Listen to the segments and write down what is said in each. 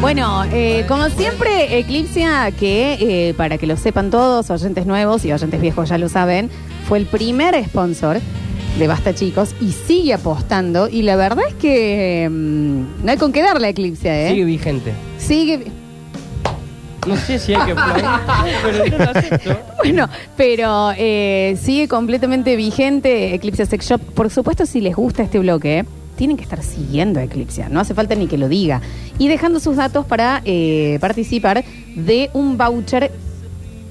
Bueno, eh, como siempre, Eclipsia, que eh, para que lo sepan todos, oyentes nuevos y oyentes viejos ya lo saben, fue el primer sponsor de Basta Chicos y sigue apostando. Y la verdad es que mm, no hay con qué darle a Eclipsia, ¿eh? Sigue vigente. Sigue. No sé si hay que aplaudir, pero yo lo acepto. Bueno, pero eh, sigue completamente vigente Eclipse Sex Shop. Por supuesto, si les gusta este bloque, tienen que estar siguiendo a Eclipse. No hace falta ni que lo diga. Y dejando sus datos para eh, participar de un voucher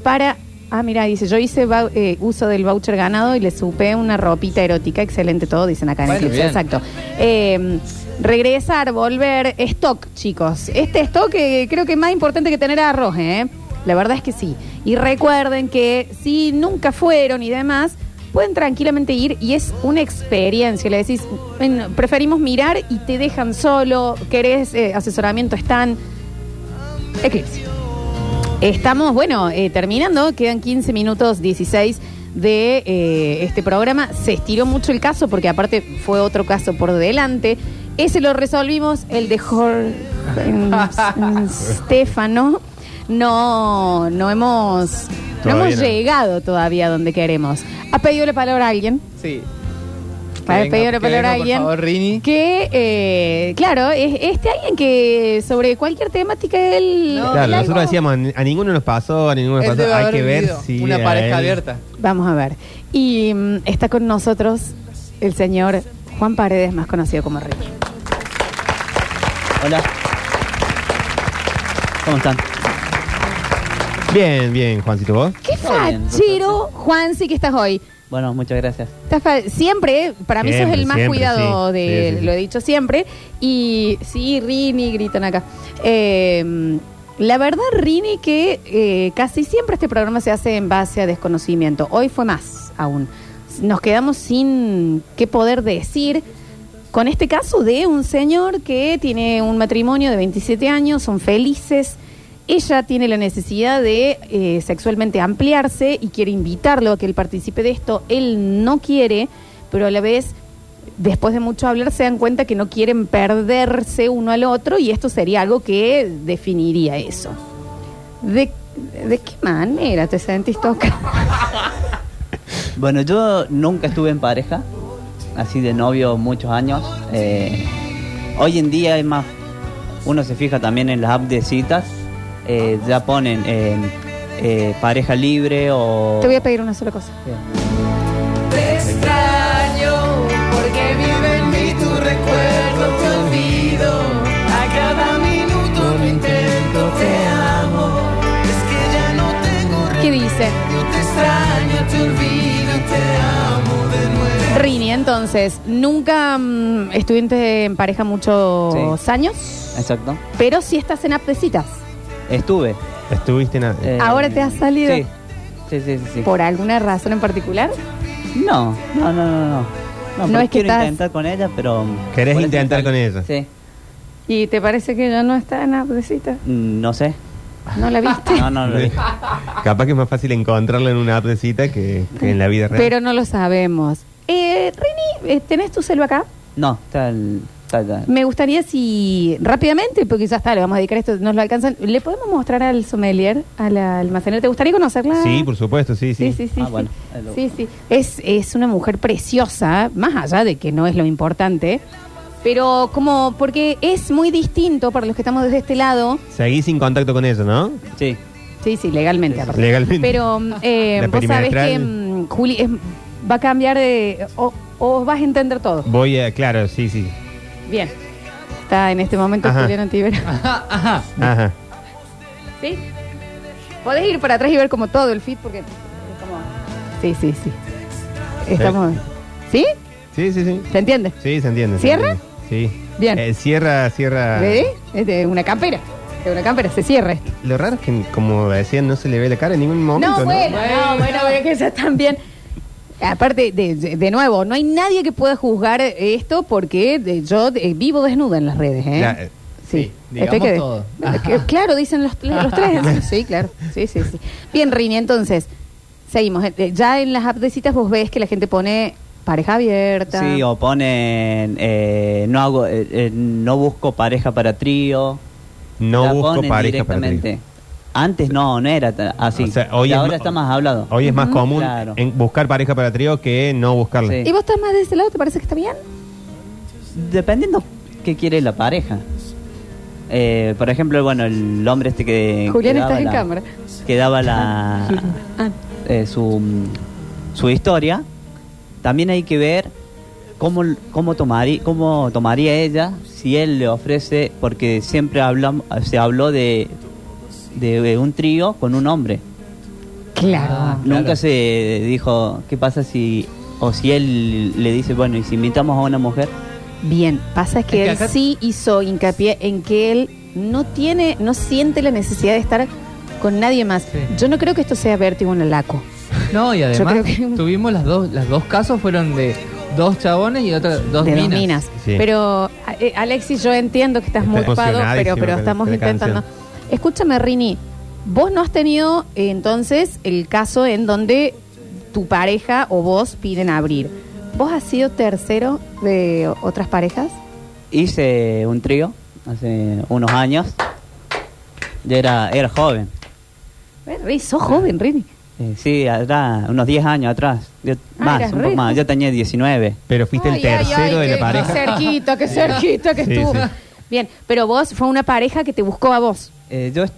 para... Ah, mira, dice, yo hice vau- eh, uso del voucher ganado y le supe una ropita erótica. Excelente todo, dicen acá en Bueno, Eclipse. bien. Exacto. Eh, regresar, volver, stock, chicos. Este stock eh, creo que es más importante que tener arroz, ¿eh? La verdad es que sí. Y recuerden que si nunca fueron y demás, pueden tranquilamente ir y es una experiencia. Le decís, "Bueno, preferimos mirar y te dejan solo, querés eh, asesoramiento, están. Eclipse. Estamos, bueno, eh, terminando, quedan 15 minutos 16 de eh, este programa. Se estiró mucho el caso porque aparte fue otro caso por delante. Ese lo resolvimos, el de Jorge Stefano. No, no hemos, no Todavía hemos no. llegado todavía donde queremos. ¿Ha pedido la palabra a alguien? Sí. A ver, Que venga, pedí una que palabra a venga, alguien. Por favor, Rini. Que, eh, claro, es este alguien que sobre cualquier temática él... No, Claro, él claro. nosotros algo- decíamos, a ninguno nos pasó, a ninguno nos Él pasó. debe Hay haber que ver vivido si. una a pareja él- abierta. Vamos a ver. Y mm, está con nosotros el señor Juan Paredes, más conocido como Ricky. Hola. ¿Cómo están? Bien, bien, Juancito, vos. ¡Qué Está bien, fachero, Juan, sí que estás hoy! Bueno, muchas gracias. Estás fa- siempre, para mí sos Siempre, el más siempre, cuidado sí. de, Sí, sí, sí. lo he dicho siempre. Y sí, Rini, gritan acá. Eh, la verdad, Rini, que eh, casi siempre este programa se hace en base a desconocimiento. Hoy fue más aún. Nos quedamos sin qué poder decir. Con este caso de un señor que tiene un matrimonio de 27 años, son felices. Ella tiene la necesidad de eh, sexualmente ampliarse y quiere invitarlo a que él participe de esto. Él no quiere, pero a la vez, después de mucho hablar, se dan cuenta que no quieren perderse uno al otro y esto sería algo que definiría eso. ¿De, de qué manera te sentís tocada? Bueno, yo nunca estuve en pareja, así de novio muchos años. Eh, hoy en día es más, uno se fija también en las apps de citas, eh, ya ponen eh, eh, pareja libre o... Te voy a pedir una sola cosa. Bien. Te extraño porque vive en mí tu recuerdo, te olvido. A cada minuto lo intento, te amo. Es que ya no tengo ¿Qué dice? remedio, te extraño, te olvido y te amo de nuevo. Rini, entonces, nunca mm, estuviste en pareja muchos Sí. años, Exacto. pero sí estás en app de citas. Estuve. Estuviste nada. eh, Ahora te has salido. Sí, sí, sí. sí, sí. ¿Por alguna razón en particular? No, no, no, no. No, no, No pero es que quiero estás- intentar con ella, pero... ¿Querés por eso intentar con ella? Sí. ¿Y te parece que ya no está en app de citas? Mm, No sé. ¿No la viste? Ah, No, no, lo dije. Capaz que es más fácil encontrarla en una app de cita que, que en la vida real. Pero no lo sabemos. Eh, Rini, eh, ¿tenés tu celu acá? No, está el. Está, está- Me gustaría si rápidamente, porque ya está, le vamos a dedicar esto, nos lo alcanzan. ¿Le podemos mostrar al sommelier, a la almacenera? ¿Te gustaría conocerla? Sí, por supuesto, sí, sí. Sí, sí, sí. Ah, sí. bueno, ahí lo- Sí, sí. Es, es una mujer preciosa, más allá de que no es lo importante, pero como, porque es muy distinto para los que estamos desde este lado. Seguís sin contacto con ella, ¿no? Sí. Sí, sí, legalmente. aparte. Legalmente. Pero mm, eh, La vos sabés perimetral. que mm, Juli es- va a cambiar de... O, o vas a entender todo. Voy a, claro, sí, sí. Bien. Está en este momento Ajá. Ah. Julián Antivera. Ajá, ajá. Ajá. ¿Sí? Podés ir para atrás y ver como todo el feed porque... es como- Sí, sí, sí. Estamos... Eh. ¿Sí? Sí, sí, sí. ¿Se entiende? Sí, se entiende. se ¿Cierra? entiende. Sí. Bien. Eh, cierra, cierra. ¿Ve? Es de una campera. De una campera, se cierra esto. Lo raro es que, como decían, no se le ve la cara en ningún momento. No, bueno, no, bueno, pero que ya también. Aparte, de, de- de nuevo, no hay nadie que pueda juzgar esto porque de- yo de- vivo desnuda en las redes, ¿eh? La- eh, sí, sí, digamos Estoy que- todo. que- claro, dicen los, los tres. Sí, claro. Sí, sí, sí. Bien, Rini, entonces, seguimos. Eh, Ya en las apps de citas vos ves que la gente pone pareja abierta. Sí, o ponen. eh, no hago. eh, eh, no busco pareja para trío. No la busco ponen pareja para directamente. ti. Antes no, no era ta- así. O sea, hoy Ah, Y es ahora ma- está más hablado. Hoy es más Ujú. común Claro. en buscar pareja para trío que no buscarla. Sí. ¿Y vos estás más de ese lado? ¿Te parece que está bien? Dependiendo qué quiere la pareja. Eh, por ejemplo, bueno, el hombre este que... Julián, que daba estás en la- cámara. Que daba la... Ah, eh, su, su historia. También hay que ver cómo, cómo, tomarí- cómo tomaría ella si él le ofrece, porque siempre hablam- se habló de, de, un trío con un hombre. Ah, claro. Ah, Nunca se dijo qué pasa si, o si él le dice, bueno, y si invitamos a una mujer. Bien, pasa que, Es que él acá- sí hizo hincapié en que él no tiene, no siente la necesidad de estar con nadie más. Sí. Yo no creo que esto sea vértigo en el laco. No, y creo además que- tuvimos las dos, las dos casos fueron de dos chabones y otra, dos de minas. dos minas. Sí. Pero, a- eh, Alexis, yo entiendo que estás Está muy ocupado, emocionadísimo pero, pero con estamos esta intentando. Escúchame, Rini, vos no has tenido eh, entonces el caso en donde tu pareja o vos piden abrir. ¿Vos has sido tercero de otras parejas? Hice un trío hace unos años. Yo era, era joven. Eh, Rini, sos joven, Rini. Eh, sí, atrás, unos 10 años atrás. Yo- Ah, más, eras un re poco más. joven. Yo tenía 19. Pero fuiste el Ay, ay, tercero ay, de la qué- pareja. Qué cerquita, qué cerquita que Sí, estuvo. sí. Bien, pero vos fue una pareja que te buscó a vos. Eh, yo, est-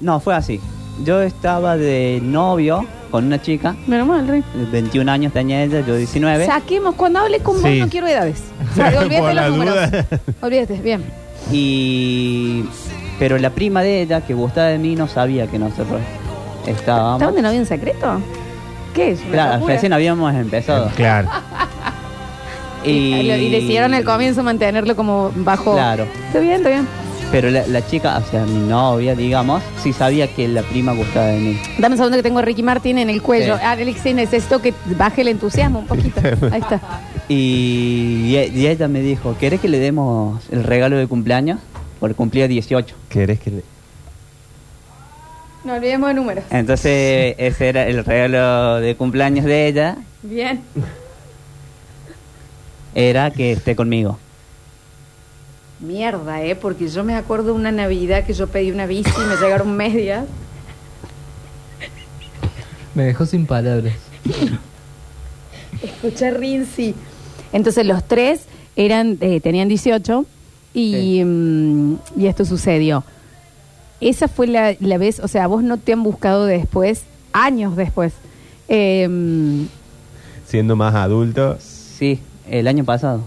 no, fue así. Yo estaba de novio con una chica. Menos mal, Rini. de 21 años tenía ella, yo 19. Saquemos, cuando hables con vos Sí. no quiero edades. Olvídate Por olvídate la los números. duda. Olvídate, bien. Y... Pero la prima de ella, que gustaba de mí, no sabía que nosotros ¿Estaban estábamos. de novio en secreto? ¿Qué es? ¿Una Claro, locura? recién habíamos empezado. Claro. Y, Y, lo- y decidieron al comienzo mantenerlo como bajo. Claro. Está bien, está bien. Pero la, la chica, o sea, mi novia, digamos, sí sabía que la prima gustaba de mí. Dame un segundo que tengo a Ricky Martín en el cuello. Sí. Ah, Alexis, necesito que baje el entusiasmo un poquito. Ahí está. Y, e, y- y ella me dijo, ¿querés que le demos el regalo de cumpleaños? Porque cumplía 18. ¿Querés que le- No olvidemos de números. Entonces ese era el regalo de cumpleaños de ella, Bien. era que esté conmigo. Mierda, ¿eh? Porque yo me acuerdo de una Navidad que yo pedí una bici y me llegaron medias. Me dejó sin palabras. Escuché Rinzi. Entonces los tres eran eh, tenían 18 y, mm, y esto sucedió. Esa fue la, la vez, o sea, vos no te han buscado después, años después. Em, siendo más adulto? Sí, el año pasado.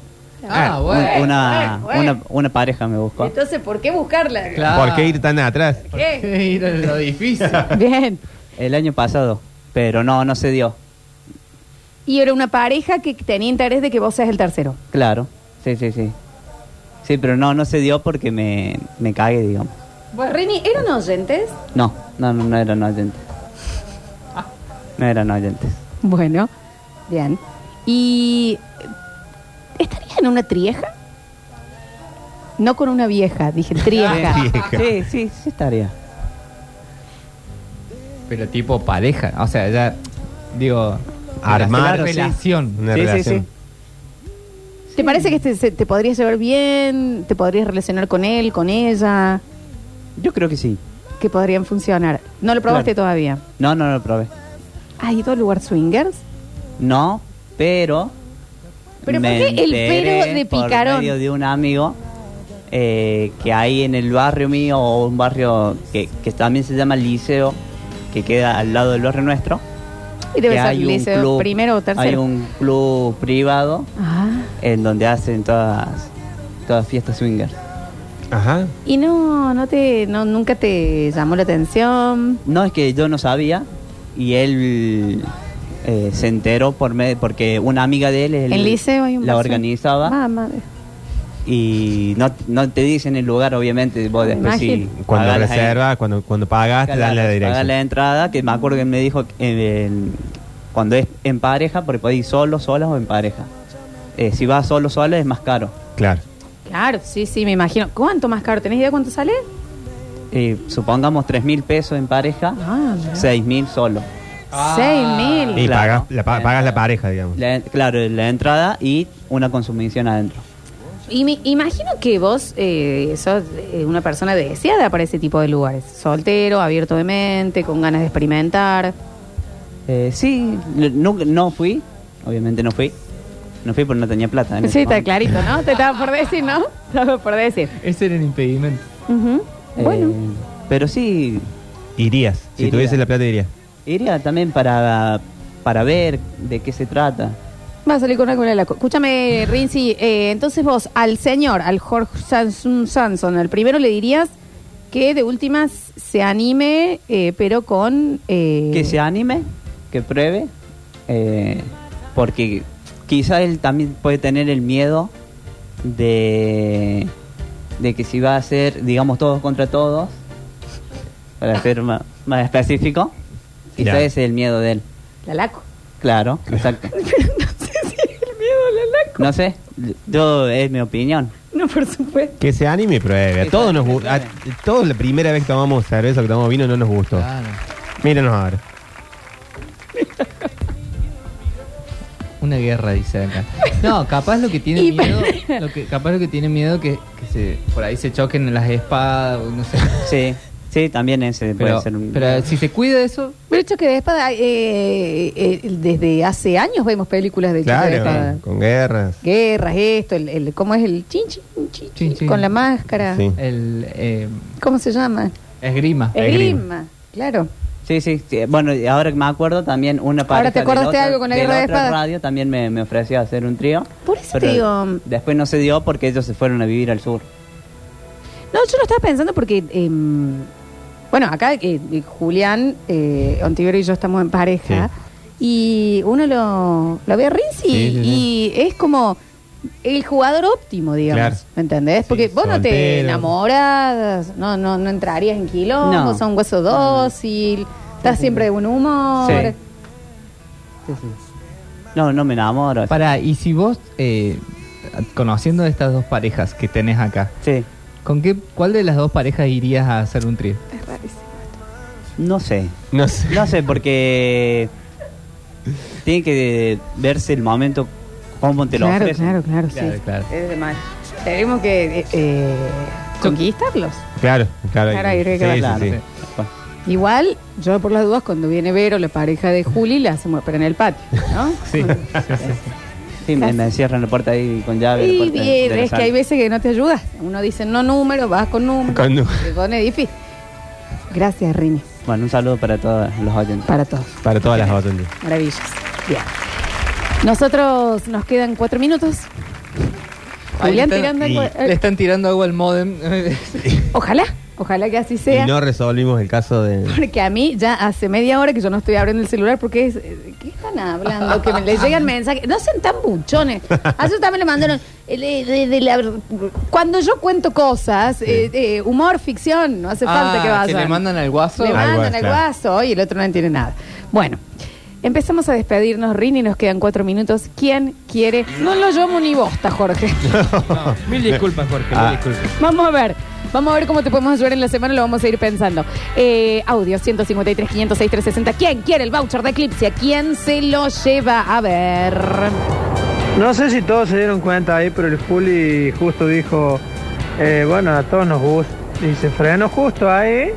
Ah, Un- bueno. una, bueno. Una, una pareja me buscó. entonces, ¿por qué buscarla? Claro. ¿Por qué ir tan atrás? ¿Por qué ir a lo difícil? Bien. El año pasado, pero no, no se dio. Y era una pareja que tenía interés de que vos seas el tercero. Claro, sí, sí, sí. Sí, pero no, no se dio porque me, me cagué, digamos. Bueno, Rini, ¿eran oyentes? No, no, no, no eran oyentes. No eran oyentes. Bueno, bien. ¿Y estaría en una trieja? No con una vieja, dije trieja. Sí, sí, sí estaría. Pero tipo pareja, o sea, ya digo, Armar Claro, sí. relación. una Sí, sí, relación. sí. ¿Te parece que te, se- te podrías llevar bien? ¿Te podrías relacionar con él, con ella? Yo creo que sí. Que podrían funcionar. No lo probaste Claro. todavía. No, no lo probé. ¿Has ido a lugar swingers? No, pero. Pero me ¿por qué el enteré pero de Por picarón? medio de un amigo eh, que hay en el barrio mío, o un barrio que, que también se llama Liceo, que queda al lado del barrio nuestro. Y debe que ser hay un liceo, club- primero o tercero. Hay un club privado Ah. en donde hacen todas, todas fiestas swinger. Ajá. Y no, no te, no, nunca te llamó la atención. No, es que yo no sabía y él eh, se enteró por medio, porque una amiga de él el- en liceo hay un la bar swing. organizaba. Ah, madre. y no, no te dicen el lugar, obviamente, vos Me después sí. imagino. Cuando pagás la- reservas, cuando, cuando pagas, te pagás dan la pagás dirección. la entrada, que me acuerdo que me dijo que en- cuando es en pareja, porque podés ir solo, solas o en pareja. Eh, si vas solo, sola es más caro. Claro. Claro, sí, sí, me imagino. ¿Cuánto más caro? ¿Tenés idea cuánto sale? Eh, supongamos tres mil pesos en pareja, Ah, mira. seis mil solo. Seis mil. Y Claro. pagas, la, pa- pagas la pareja, digamos. La en- claro, la entrada y una consumición adentro. Y me imagino que vos eh, sos eh, una persona deseada para ese tipo de lugares. Soltero, abierto de mente, con ganas de experimentar. Eh, sí, no, no fui, obviamente no fui. No fui porque no tenía plata. en Sí, ese está momento. clarito, ¿no? Te estaba por decir, ¿no? Estaba por decir. Ese era el impedimento. Ujú. Eh, Bueno. Pero sí, Irías. Si Iría. tuviese la plata, irías. iría también para, para ver de qué se trata. Va a salir con alguna de la co- Escúchame, Rinzi, eh, entonces vos al señor, al Jorge Samson, Samson, al primero le dirías que de últimas se anime, eh, pero con... eh, Que se anime, que pruebe, eh, porque quizá él también puede tener el miedo de, de que si va a ser, digamos, todos contra todos, para ser ma- más, específico, quizá Ya. ese es el miedo de él. La laco. Claro, exacto. No sé si el miedo a la laco. No sé, yo es mi opinión. No, por supuesto. Que se anime y pruebe. A Que todos se nos anime y gu- a- Todos la primera vez que tomamos cerveza o que tomamos vino no nos gustó. Claro. Míranos ahora. Una guerra, dice acá. No, capaz lo que tiene Y- miedo. Lo que, capaz lo que tiene miedo que, que se, por ahí se choquen las espadas, o no sé. Sí, sí, también ese Pero, puede ser un... pero si se cuida de eso, Pero el choque de espada, eh, eh, desde hace años vemos películas de choque de espada. Claro, con guerras. Guerras, esto, el, el- ¿cómo es el chin chin, chin, Chin, chin, chin. Con la máscara. Sí. el eh, ¿Cómo se llama? esgrima. Esgrima, claro. Sí, sí, sí. Bueno, y ahora que me acuerdo también una pareja Ahora te del acordaste otro- algo con la del guerra de otro espadas. radio también me, me ofreció hacer un trío. Por eso pero te digo- Después no se dio porque ellos se fueron a vivir al sur. No, yo lo estaba pensando porque, eh, bueno, acá eh, eh, Julián, eh, Ontiveros y yo estamos en pareja y uno lo, lo ve a Rinzi Sí, sí, y es como el jugador óptimo, digamos, Claro. ¿me entendés? Porque Sí, vos no te soltero. enamoras, no, no, no entrarías en quilombo, No. sos un hueso dócil, estás siempre de buen humor. Sí. No, no me enamoro. Para, y si vos, eh, conociendo de estas dos parejas que tenés acá, Sí, ¿con qué, cuál de las dos parejas irías a hacer un trío? Es rarísimo. no sé. No sé. No sé, porque tiene que verse el momento cómo te lo Claro, ofrecen. claro, claro, sí. Claro, claro. Es de mal. Tenemos que eh, eh, conquistarlos. Claro, claro. Claro, hay que Sí, sí, Claro, sí. sí. Bueno, Igual, yo por las dudas, cuando viene Vero, la pareja de Juli, la hacemos esperar en el patio, ¿no? Sí. sí, me, me cierran la puerta ahí con llave. la Y puerta bien, de la es eh, que sala. hay veces que no te ayudas. Uno dice no número, vas con número. Con nu- Se pone difícil. Gracias, Rini, Bueno, un saludo para todos los oyentes. para todos. Para todas las botellas. Maravillas. Bien. Nosotros nos quedan cuatro minutos. Ahí Julián está. tirando. Y- agua- eh, Le están tirando agua al modem. Ojalá, ojalá que así sea. Y no resolvimos el caso de. Porque a mí ya hace media hora que yo no estoy abriendo el celular porque es... eh, ¿Qué están hablando? Que me les llegan mensajes. No sean tan buchones. A eso también le mandaron... eh, de- de- de la- cuando yo cuento cosas, eh, eh, humor, ficción, no hace falta Ah, que vayan. le mandan al guaso. Le Al mandan guaso, al claro. guaso y el otro no entiende nada. Bueno, empezamos a despedirnos, Rini, nos quedan cuatro minutos. ¿Quién quiere? No lo llamo ni bosta, Jorge. No, mil disculpas, Jorge, Ah. mil disculpas. Vamos a ver. Vamos a ver cómo te podemos ayudar en la semana, lo vamos a ir pensando. Eh, audio 153, 506, 360. ¿Quién quiere el voucher de Eclipse? ¿A quién se lo lleva? A ver. No sé si todos se dieron cuenta ahí, pero el Juli justo dijo, eh, bueno, a todos nos gusta. Y se frenó justo ahí.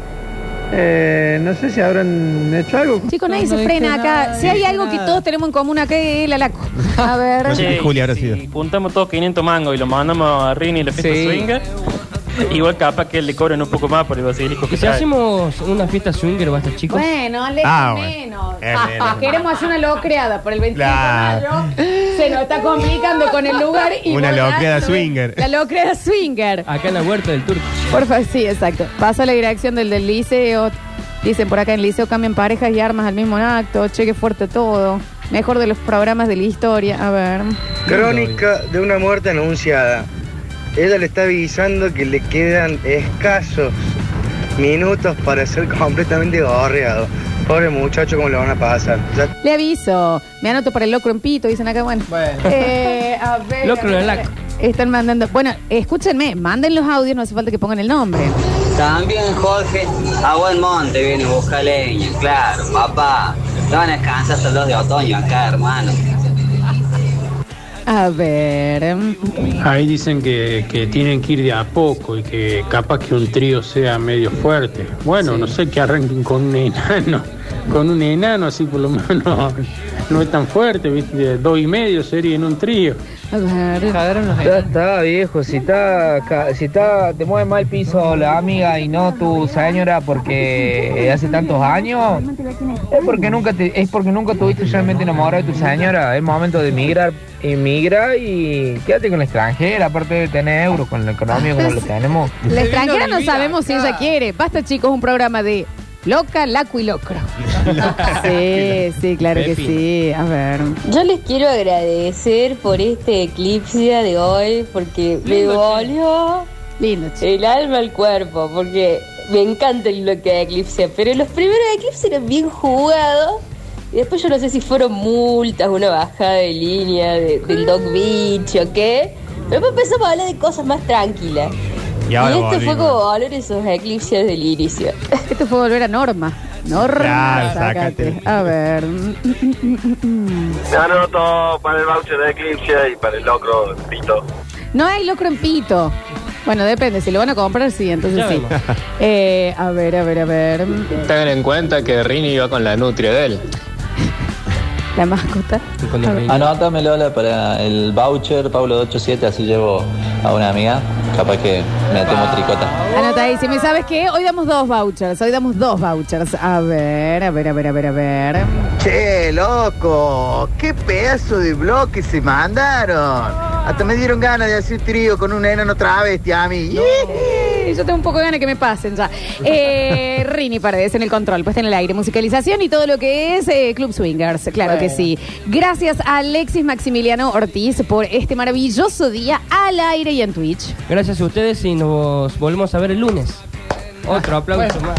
Eh, no sé si habrán hecho algo. Chicos, nadie No, no se dije frena nada, acá. no Si hay dije algo que nada. todos tenemos en común acá, es la laco. A ver. No sé. Che, Juli habrá si sido. juntamos todos 500 mangos y lo mandamos a Rini y la fiesta Sí. swinger, igual capaz que le cobren un poco más por el basilisco que ¿Y si trae. hacemos una fiesta swinger, basta chicos? Bueno, le Ah, bueno. menos. Es Ah, menos. Queremos hacer una locreada por el 25 de Claro. mayo. Se nos está complicando con el lugar. Y Una vos la- locreada swinger. Ah, La locreada swinger. Acá en la huerta del turco. Por favor, sí, exacto. Pasa la dirección del del liceo. Dicen por acá en liceo cambian parejas y armas al mismo acto. Cheque fuerte todo. Mejor de los programas de la historia. A ver. Crónica de una muerte anunciada. Ella le está avisando que le quedan escasos minutos para ser completamente gorreado. Pobre muchacho, ¿cómo lo van a pasar? Ya Le aviso. Me anoto para el locro en pito. Dicen acá, bueno. Bueno. Eh, a ver. Locro a ver. de laco. Están mandando. Bueno, escúchenme. Manden los audios. No hace falta que pongan el nombre. También Jorge, a buen monte viene a buscar leña, claro, papá. Te van a descansar hasta el 2 de otoño acá, hermano. A ver. Ahí dicen que, que tienen que ir de a poco y que capaz que un trío sea medio fuerte. Bueno, no sé, que arranquen con un enano. Con un enano así por lo menos no, es tan fuerte, ¿viste? De dos y medio sería en un trío. A ver. Está, está, viejo, si está, ca- si está, te mueve mal piso la amiga y no tu señora porque hace tantos años, es porque nunca te, es porque nunca tuviste realmente enamorado de tu señora. Es momento de emigrar, emigra y quédate con la extranjera, aparte de tener euros con la economía como lo tenemos. La extranjera no sabemos si ella quiere. Basta, chicos, un programa de loca, laco y locro. sí, sí, claro que Pepi. sí. A ver. Yo les quiero agradecer por este eclipse de hoy porque me Lindo, che. volvió el alma al cuerpo porque me encanta lo que eclipse, pero los primeros eclipses eran bien jugados y después yo no sé si fueron multas, una bajada de línea de- del dog beach o qué, pero después empezamos a hablar de cosas más tranquilas. Y ahora esto este fue volvimos. como volver esos eclipses del inicio. Esto fue volver a Norma. Norma. Claro, sácate. sácate. A ver. Me anoto para el voucher de Eclipse y para el locro, pito. No hay locro en pito. Bueno, depende. Si lo van a comprar, sí, entonces Ya sí. vemos. Eh, a ver, a ver, a ver. Tengan en cuenta que Rini iba con la nutria de él. La mascota. A ver. Anótame Lola para el voucher Pablo 87, así llevo a una amiga. Capaz que me tomo tricota. Anota ahí, si me sabes qué, hoy damos dos vouchers, hoy damos dos vouchers. A ver, a ver, a ver, a ver, a ver. Che, loco, qué pedazo de bloque se mandaron. Hasta me dieron ganas de hacer trío con un enano travesti a mí. Eh, Yo tengo un poco de ganas que me pasen ya. Eh, Rini Paredes en el control, puesta en el aire, musicalización y todo lo que es eh, Club Swingers, claro que sí. Gracias a Alexis Maximiliano Ortiz por este maravilloso día al aire y en Twitch. Gracias a ustedes y nos volvemos a ver el lunes. Otro aplauso más.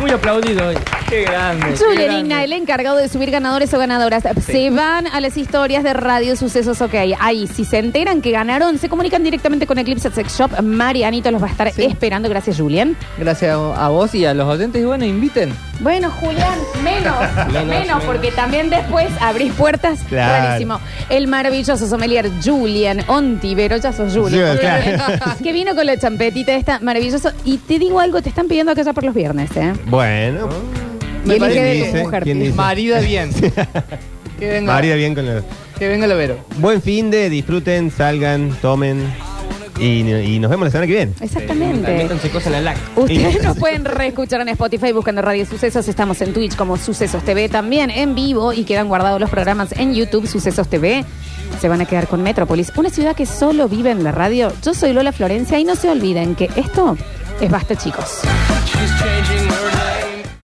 Muy aplaudido hoy. Qué grande. Julian el encargado de subir ganadores o ganadoras, se van a las historias de Radio Sucesos OK. Ahí, si se enteran que ganaron, se comunican directamente con Eclipse Sex Shop. Marianito los va a estar esperando. Gracias, Julian. Gracias a vos y a los oyentes. Y bueno, inviten. Bueno, Julián, menos, menos, Menos, menos. porque también después abrís puertas. Claro. Rarísimo. El maravilloso sommelier Julian Ontivero, ya sos Julian. Sí, claro. Que vino con la champetita esta, maravilloso. Y te digo algo, te están pidiendo acá ya por los viernes, ¿eh? Bueno. Y el ¿Quién de tu dice? mujer, ¿Quién tío. dice? Marida bien. que venga. María, bien con la- Que venga la Vero. Buen fin de, disfruten, salgan, tomen. Y, y nos vemos la semana que viene. Exactamente. cosas en la LAC. Ustedes nos pueden reescuchar en Spotify buscando Radio Sucesos. Estamos en Twitch como Sucesos TV también en vivo y quedan guardados los programas en YouTube Sucesos TV. Se van a quedar con Metrópolis, una ciudad que solo vive en la radio. Yo soy Lola Florencia y no se olviden que esto es Basta, chicos. She's changing her life.